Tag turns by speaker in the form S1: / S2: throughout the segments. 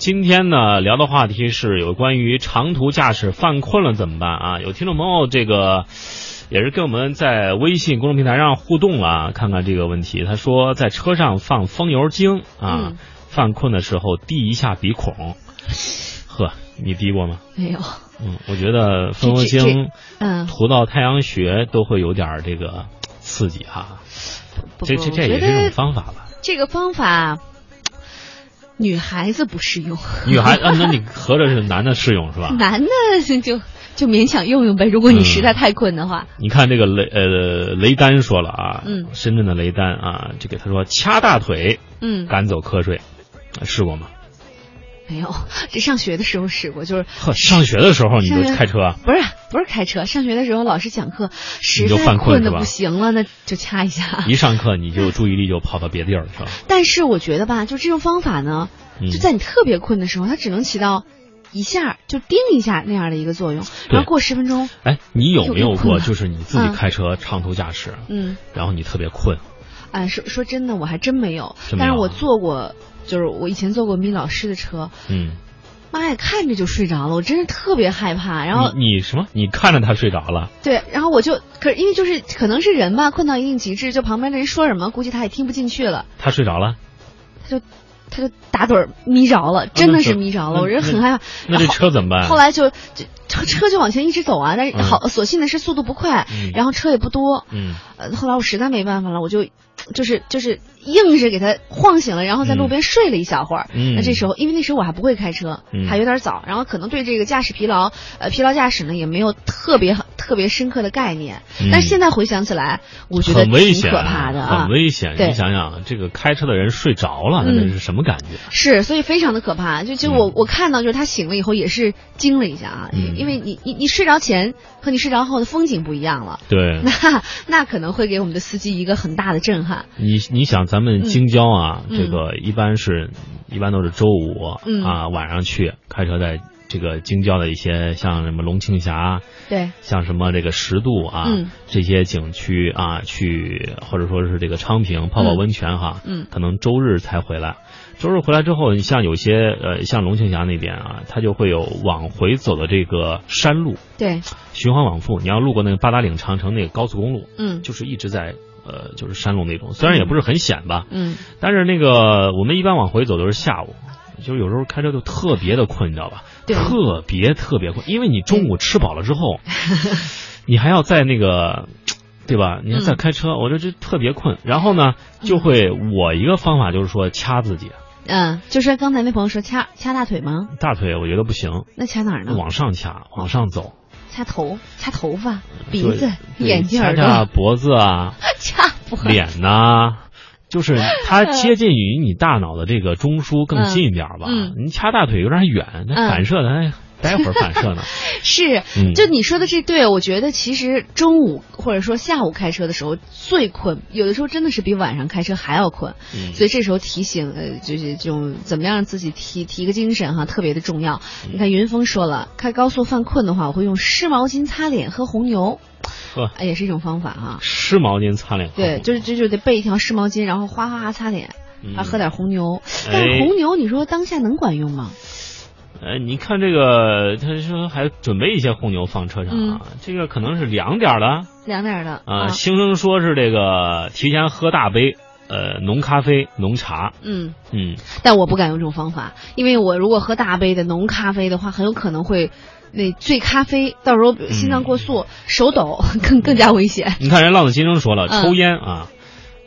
S1: 今天呢，聊的话题是有关于长途驾驶犯困了怎么办啊？有听众朋友这个也是跟我们在微信公众平台上互动了啊，看看这个问题。他说在车上放风油精啊，
S2: 嗯
S1: 犯困的时候滴一下鼻孔。呵，你滴过吗？
S2: 没有，
S1: 嗯，我觉得风油
S2: 这这这
S1: 精
S2: 嗯，
S1: 涂到太阳穴都会有点儿这个刺激哈。
S2: 不
S1: 这
S2: 不
S1: 这这
S2: 我
S1: 也
S2: 觉
S1: 是一种
S2: 得
S1: 方法吧？
S2: 这个方法，女孩子不适用，
S1: 女孩啊，那你合着是男的适用是吧？
S2: 男的就就勉强用用呗。如果你
S1: 嗯
S2: 实在太困的话，
S1: 你看这个雷呃雷丹说了啊，
S2: 嗯
S1: 深圳的雷丹啊，这个他说掐大腿
S2: 嗯，
S1: 赶走瞌睡，试过吗？
S2: 没有。这上学的时候试过，就是
S1: 呵，上学的时候你就
S2: 上学
S1: 开车，啊
S2: 不是不是开车，上学的时候老师讲课，实
S1: 就
S2: 在
S1: 犯困
S2: 困
S1: 是
S2: 的
S1: 吧
S2: 不行了，那就掐一下。
S1: 一上课你就注意力就跑到别地儿去了，
S2: 但是我觉得吧，就这种方法呢，
S1: 嗯
S2: 哎就在你特别困的时候，它只能起到一下就叮一下那样的一个作用，
S1: 对
S2: 然后过十分钟，
S1: 哎，你有没有
S2: 就困
S1: 过
S2: 了
S1: 就是你自己
S2: 嗯
S1: 开车长途驾驶，
S2: 嗯。
S1: 然后你特别困，
S2: 哎，说说真的，我还真没有，
S1: 真没有啊
S2: 但是我坐过，就是我以前坐过米老师的车，
S1: 嗯，
S2: 妈呀，看着就睡着了，我真是特别害怕。然后
S1: 你你什么？你看着他睡着了，
S2: 对，然后我就可是因为就是可能是人吧，困到一定极致，就旁边的人说什么，估计他也听不进去了，
S1: 他睡着了，
S2: 他就打盹儿迷着了，真的是迷着
S1: 啊那
S2: 了，我人很害怕。
S1: 那这
S2: 然后
S1: 车怎么办？啊
S2: 后来就就车车就往前一直走啊，但是
S1: 嗯
S2: 好，所幸的是速度不快，
S1: 嗯
S2: 然后车也不多，
S1: 嗯，
S2: 呃，后来我实在没办法了，我就就是就是硬是给他晃醒了，然后在路边睡了一小会儿。
S1: 嗯
S2: 那这时候，因为那时候我还不会开车，
S1: 嗯
S2: 还有点早，然后可能对这个驾驶疲劳，呃，疲劳驾驶呢也没有特别特别深刻的概念。
S1: 嗯
S2: 但是现在回想起来，我觉得
S1: 很危
S2: 挺
S1: 险，
S2: 可怕的啊
S1: 很。危险。
S2: 对
S1: 你想想，这个开车的人睡着了，那
S2: 嗯
S1: 这是什么感觉？
S2: 是，所以非常的可怕。就就我、我看到，就是他醒了以后也是惊了一下啊，
S1: 嗯
S2: 因为你你你睡着前和你睡着后的风景不一样了，
S1: 对，
S2: 那那可能会给我们的司机一个很大的震撼。
S1: 你你想，咱们京郊啊，
S2: 嗯
S1: 这个一般是，一般都是周五、
S2: 嗯
S1: 啊晚上去开车，在这个京郊的一些像什么龙庆峡，
S2: 对，
S1: 像什么这个十渡啊、
S2: 嗯
S1: 这些景区啊，去或者说是这个昌平泡泡温泉哈，
S2: 嗯
S1: 可能周日才回来。周日回来之后，你像有些呃，像龙庆峡那边啊，它就会有往回走的这个山路，
S2: 对，
S1: 循环往复。你要路过那个八达岭长城那个高速公路，
S2: 嗯
S1: 就是一直在呃，就是山路那种，虽然也不是很险吧，
S2: 嗯，
S1: 但是那个我们一般往回走都是下午，就是有时候开车就特别的困，你知道吧？
S2: 对
S1: 特别特别困，因为你中午吃饱了之 后，你还要在那个，对吧？你还在
S2: 嗯
S1: 开车，我这这特别困。然后呢，就会我一个方法就是说掐自己
S2: 嗯，就说刚才那朋友说掐掐大腿吗？
S1: 大腿，我觉得不行，
S2: 那掐哪儿呢？
S1: 往上掐，往上走，
S2: 掐头、掐头发、鼻
S1: 对
S2: 子、
S1: 对
S2: 眼睛、
S1: 掐
S2: 耳
S1: 掐
S2: 朵，
S1: 脖子啊，
S2: 掐脖子。
S1: 脸呐、就是它接近于你大脑的这个中枢更近一点儿吧。
S2: 嗯
S1: 你掐大腿有点远，那
S2: 嗯
S1: 反射的，哎待会儿反射 呢。
S2: 是
S1: 嗯，
S2: 就你说的这对，我觉得其实中午或者说下午开车的时候最困，有的时候真的是比晚上开车还要困。
S1: 嗯
S2: 所以这时候提醒，呃，就是这种怎么样让自己提提个精神哈，特别的重要。你看云峰说了，开高速犯困的话，我会用湿毛巾擦脸，喝红牛，
S1: 呵
S2: 哎也是一种方法啊。
S1: 湿毛巾擦脸。
S2: 对，就是就就得备一条湿毛巾，然后哗哗哗擦脸，
S1: 哦嗯
S2: 啊，喝点红牛。但是红牛，你说当下能管用吗？
S1: 哎，你看这个，他说还准备一些红牛放车上啊，
S2: 嗯
S1: 这个可能是凉点儿了
S2: 凉点儿的
S1: 啊。星生说是这个提前喝大杯，呃，浓咖啡、浓茶，
S2: 嗯，
S1: 嗯，
S2: 但我不敢用这种方法，因为我如果喝大杯的浓咖啡的话，很有可能会那醉咖啡，到时候心脏
S1: 嗯
S2: 过速、手抖， 更更加危险。
S1: 你看人浪子先生说了，
S2: 嗯
S1: 抽烟啊，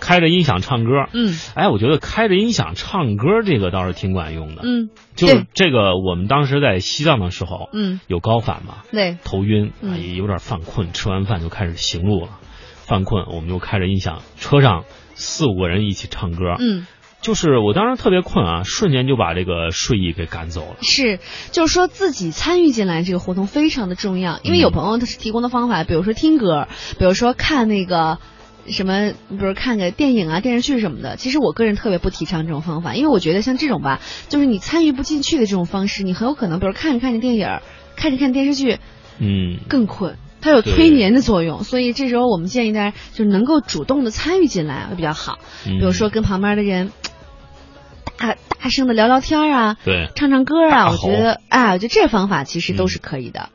S1: 开着音响唱歌，
S2: 嗯
S1: 哎，我觉得开着音响唱歌这个倒是挺管用的。
S2: 嗯
S1: 就是
S2: 对
S1: 这个，我们当时在西藏的时候，
S2: 嗯，
S1: 有高反嘛，
S2: 对，
S1: 头晕，
S2: 嗯
S1: 啊，也有点犯困，吃完饭就开始行路了，犯困，我们就开着音响，车上四五个人一起唱歌，
S2: 嗯
S1: 就是我当时特别困啊，瞬间就把这个睡意给赶走了。
S2: 是，就是说自己参与进来这个活动非常的重要，因为
S1: 嗯
S2: 有朋友他是提供的方法，比如说听歌，比如说看那个。什么，比如看个电影啊、电视剧什么的。其实我个人特别不提倡这种方法，因为我觉得像这种吧，就是你参与不进去的这种方式，你很有可能，比如看着看着电影儿，看着看电视剧，
S1: 嗯，
S2: 更困，它有
S1: 对
S2: 催眠的作用，所以这时候我们建议大家就是能够主动的参与进来会比较好。
S1: 嗯
S2: 比如说跟旁边的人嘖大大声的聊聊天啊，
S1: 对，
S2: 唱唱歌
S1: 大
S2: 啊，我
S1: 吼
S2: 觉得哎，我觉得这方法其实都是可以的。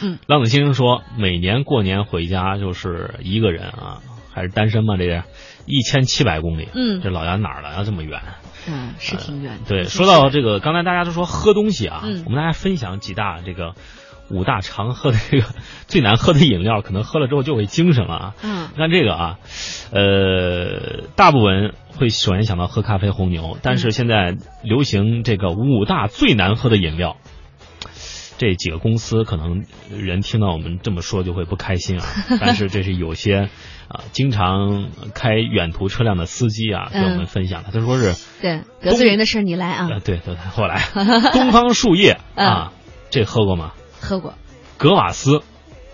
S2: 嗯
S1: 浪子先生说，每年过年回家就是一个人啊，还是单身嘛，这个一千七百公里，
S2: 嗯
S1: 这老家哪儿来的这么远？
S2: 嗯，是挺远的。
S1: 对，
S2: 是
S1: 说到这个，刚才大家都说喝东西啊，
S2: 嗯
S1: 我们大家分享几大这个五大常喝的这个最难喝的饮料，可能喝了之后就会精神了啊。
S2: 嗯
S1: 你看这个啊，呃，大部分会首先想到喝咖啡、红牛，但
S2: 嗯
S1: 是现在流行这个五大最难喝的饮料。这几个公司可能人听到我们这么说就会不开心 啊，但是这是有些啊经常开远途车辆的司机啊给我们
S2: 嗯
S1: 分享的，他说是
S2: 对，得罪人的事儿你来啊，嗯
S1: 啊，对对，对后来东方树 叶啊，这喝过吗？
S2: 喝过，
S1: 格瓦斯、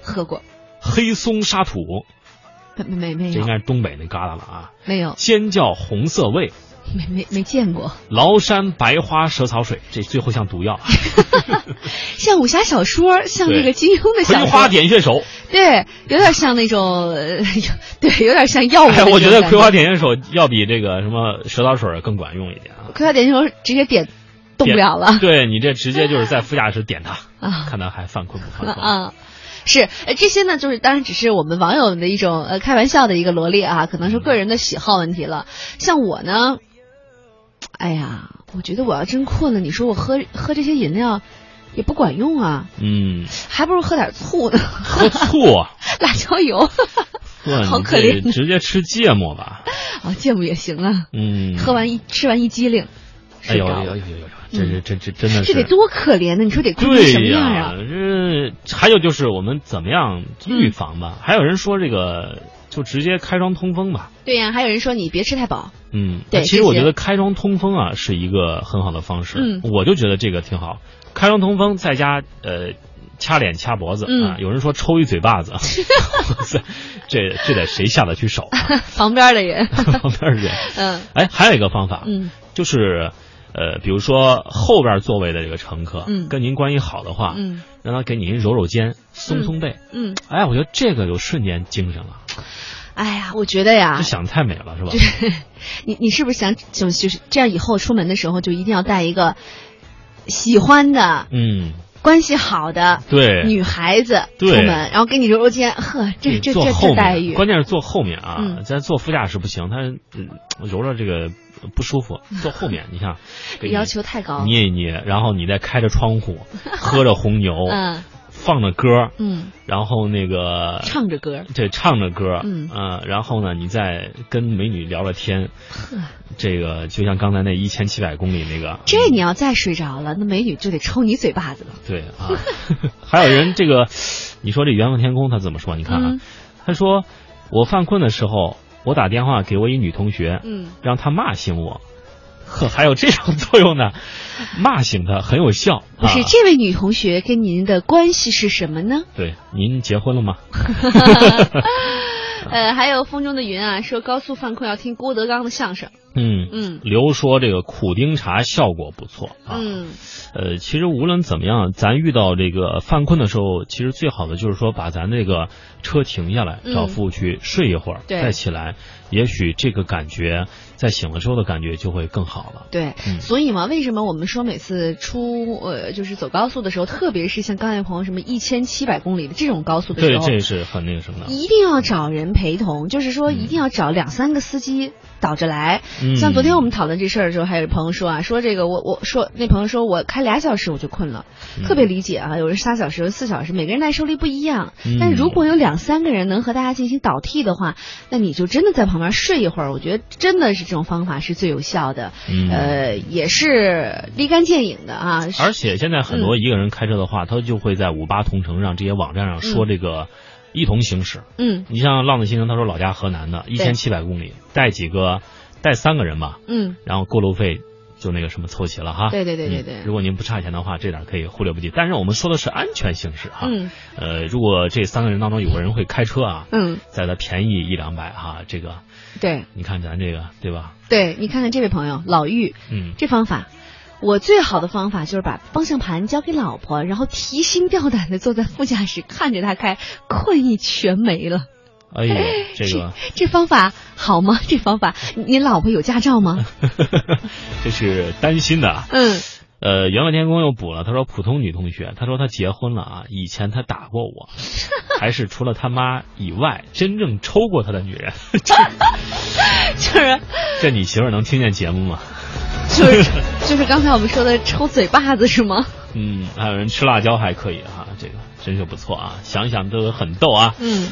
S2: 喝过，
S1: 黑松沙土，
S2: 没没没
S1: 这应
S2: 有，
S1: 该是东北那旮旯了啊。
S2: 没有，
S1: 尖叫红色味，
S2: 没没没见过。
S1: 崂山白花蛇草水，这最后像毒 药啊，
S2: 像武侠小说，像那
S1: 对
S2: 个金庸的小
S1: 葵花
S2: 说，
S1: 点穴 手。
S2: 对，有点像那种， 呃有对，有点像药物的
S1: 哎，
S2: 那种感。
S1: 我觉得葵花点穴手要比这个什么蛇草水更管用一点 啊。
S2: 葵花点穴手直接点动不了了
S1: 对你这直接就是在副驾驶点它，
S2: 啊
S1: 看它还犯困不犯困。
S2: 啊。是，呃，这些呢，就是当然只是我们网友的一种呃开玩笑的一个罗列啊，可能是个人的喜好问题了。像我呢，哎呀，我觉得我要真困了，你说我喝喝这些饮料也不管用啊，
S1: 嗯，
S2: 还不如喝点醋呢，
S1: 喝醋啊，
S2: 辣椒油
S1: 哇
S2: 好
S1: 你
S2: 可
S1: 这
S2: 怜
S1: 直接吃芥末吧。
S2: 啊，芥末也行啊。
S1: 嗯，
S2: 喝完一吃完一激灵，
S1: 哎
S2: 睡
S1: 呦
S2: 着
S1: 哎呦哎
S2: 了。
S1: 呦哎呦哎呦，这是这这真的是
S2: 这得多可怜呢！你说得困成
S1: 对
S2: 什么样
S1: 呀
S2: 啊？，
S1: 这还有就是我们怎么样预防
S2: 嗯
S1: 吧？还有人说这个就直接开窗通风吧。
S2: 对呀、还有人说你别吃太饱，
S1: 嗯，
S2: 对
S1: 其实
S2: 这
S1: 我
S2: 些
S1: 觉得开窗通风啊是一个很好的方式，
S2: 嗯
S1: 我就觉得这个挺好。开窗通风，在家呃掐脸掐脖子、
S2: 嗯
S1: 啊，有人说抽一嘴 巴子， 哇塞，这这得谁下得去手、啊？
S2: 旁边的人，
S1: 旁边人，
S2: 嗯
S1: 哎，还有一个方法，
S2: 嗯
S1: 就是呃，比如说后边座位的这个乘客，
S2: 嗯
S1: 跟您关系好的话，
S2: 嗯
S1: 让他给您揉揉肩，松松背，
S2: 嗯，
S1: 哎，我觉得这个就瞬间精神了，
S2: 哎呀，我觉得呀
S1: 这，想太美了，是吧？
S2: 你你是不是想就就是这样？以后出门的时候就一定要带一个喜欢的、
S1: 嗯，
S2: 关系好的
S1: 对，
S2: 女孩子出
S1: 对
S2: 门，然后给你揉揉肩，呵，这
S1: 你
S2: 这
S1: 坐
S2: 这
S1: 后
S2: 这
S1: 面
S2: 待遇，
S1: 关键是坐后面啊，
S2: 嗯
S1: 咱坐副驾驶不行，他嗯揉着这个不舒服，坐后面，你 看，给你
S2: 嗯要求太高。
S1: 捏一捏，然后你再开着窗 户，喝着红牛，
S2: 嗯
S1: 放着歌，
S2: 嗯，
S1: 然后那个
S2: 唱着歌，
S1: 对，唱着歌，
S2: 嗯
S1: 呃然后呢，你再跟美女聊聊天，
S2: 呵，
S1: 这个就像刚才那一千七百公里那个，
S2: 这你要再睡着了，那美女就得抽你嘴巴子了。
S1: 对啊， 还有人这个，你说这袁问天宫他怎么说？你看啊，
S2: 嗯
S1: 他说我犯困的时候，我打电话给我一女同学，
S2: 嗯，
S1: 让她骂醒我，呵，还有这种作用 呢，骂醒她很有效。
S2: 不是，
S1: 啊、
S2: 这位女同学跟您的关系是什么呢？
S1: 对，您结婚了吗？啊
S2: 呃，还有风中的云啊，说高速犯困要听郭德纲的相声。
S1: 嗯。
S2: 嗯
S1: 刘说这个苦丁茶效果不错啊，
S2: 嗯，
S1: 呃，其实无论怎么样，咱遇到这个犯困的时候，其实最好的就是说把咱这个车停下来，
S2: 嗯
S1: 找服务区睡一会儿，
S2: 对
S1: 再起来，也许这个感觉在醒了之后的感觉就会更好了。
S2: 对，
S1: 嗯
S2: 所以嘛，为什么我们说每次出呃就是走高速的时候，特别是像刚才有朋友什么一千七百公里的这种高速的时
S1: 对，
S2: 候，
S1: 这是很那个什么的。
S2: 一定要找人陪同，就是说
S1: 嗯
S2: 一定要找两三个司机倒着来。
S1: 嗯
S2: 像昨天我们讨论这事儿的时候，还有朋友说啊，说这个我我说那朋友说我开俩小时我就困了，
S1: 嗯
S2: 特别理解啊，有人仨小时，有人四小时，每个人耐受力不一样。
S1: 嗯
S2: 但是如果有两三个人能和大家进行倒替的话，那你就真的在旁边睡一会儿，我觉得真的是这种方法是最有效的，
S1: 嗯
S2: 呃，也是立竿见影的啊。
S1: 而且现在很多一个人开车的话，他就会在五八同城上这些网站上说这个一同行驶。
S2: 嗯
S1: 你像浪子先生，他说老家河南的，一千七百公里，带几个，带三个人吧，
S2: 嗯，
S1: 然后过路费就那个什么凑齐了哈。
S2: 对对对对
S1: 嗯
S2: 对，
S1: 如果您不差钱的话，这点可以忽略不计。但是我们说的是安全行驶哈。
S2: 嗯
S1: 呃，如果这三个人当中有个人会开车啊，
S2: 嗯，
S1: 再他便宜一两百哈，这个
S2: 对
S1: 你看咱这个对吧？
S2: 对，你看看这位朋友老玉，
S1: 嗯，
S2: 这方法，我最好的方法就是把方向盘交给老婆，然后提心吊胆的坐在副驾驶看着她开，困意全没了。
S1: 哎呦，这个
S2: 这方法好吗？ 这方法，你你老婆有驾照吗？
S1: 这是担心的啊。
S2: 嗯，
S1: 呃，圆满天宫又补了，他说普通女同学，他说她结婚了啊，以前她打过 我，还是除了他妈以外，真正抽过她的女人。 这
S2: 就是
S1: 这你媳妇儿能听见节目吗？
S2: 就是就是刚才我们说的抽嘴巴子是吗？
S1: 嗯，还有人吃辣椒还可以啊，这个真是不错啊，想想都很逗啊。
S2: 嗯。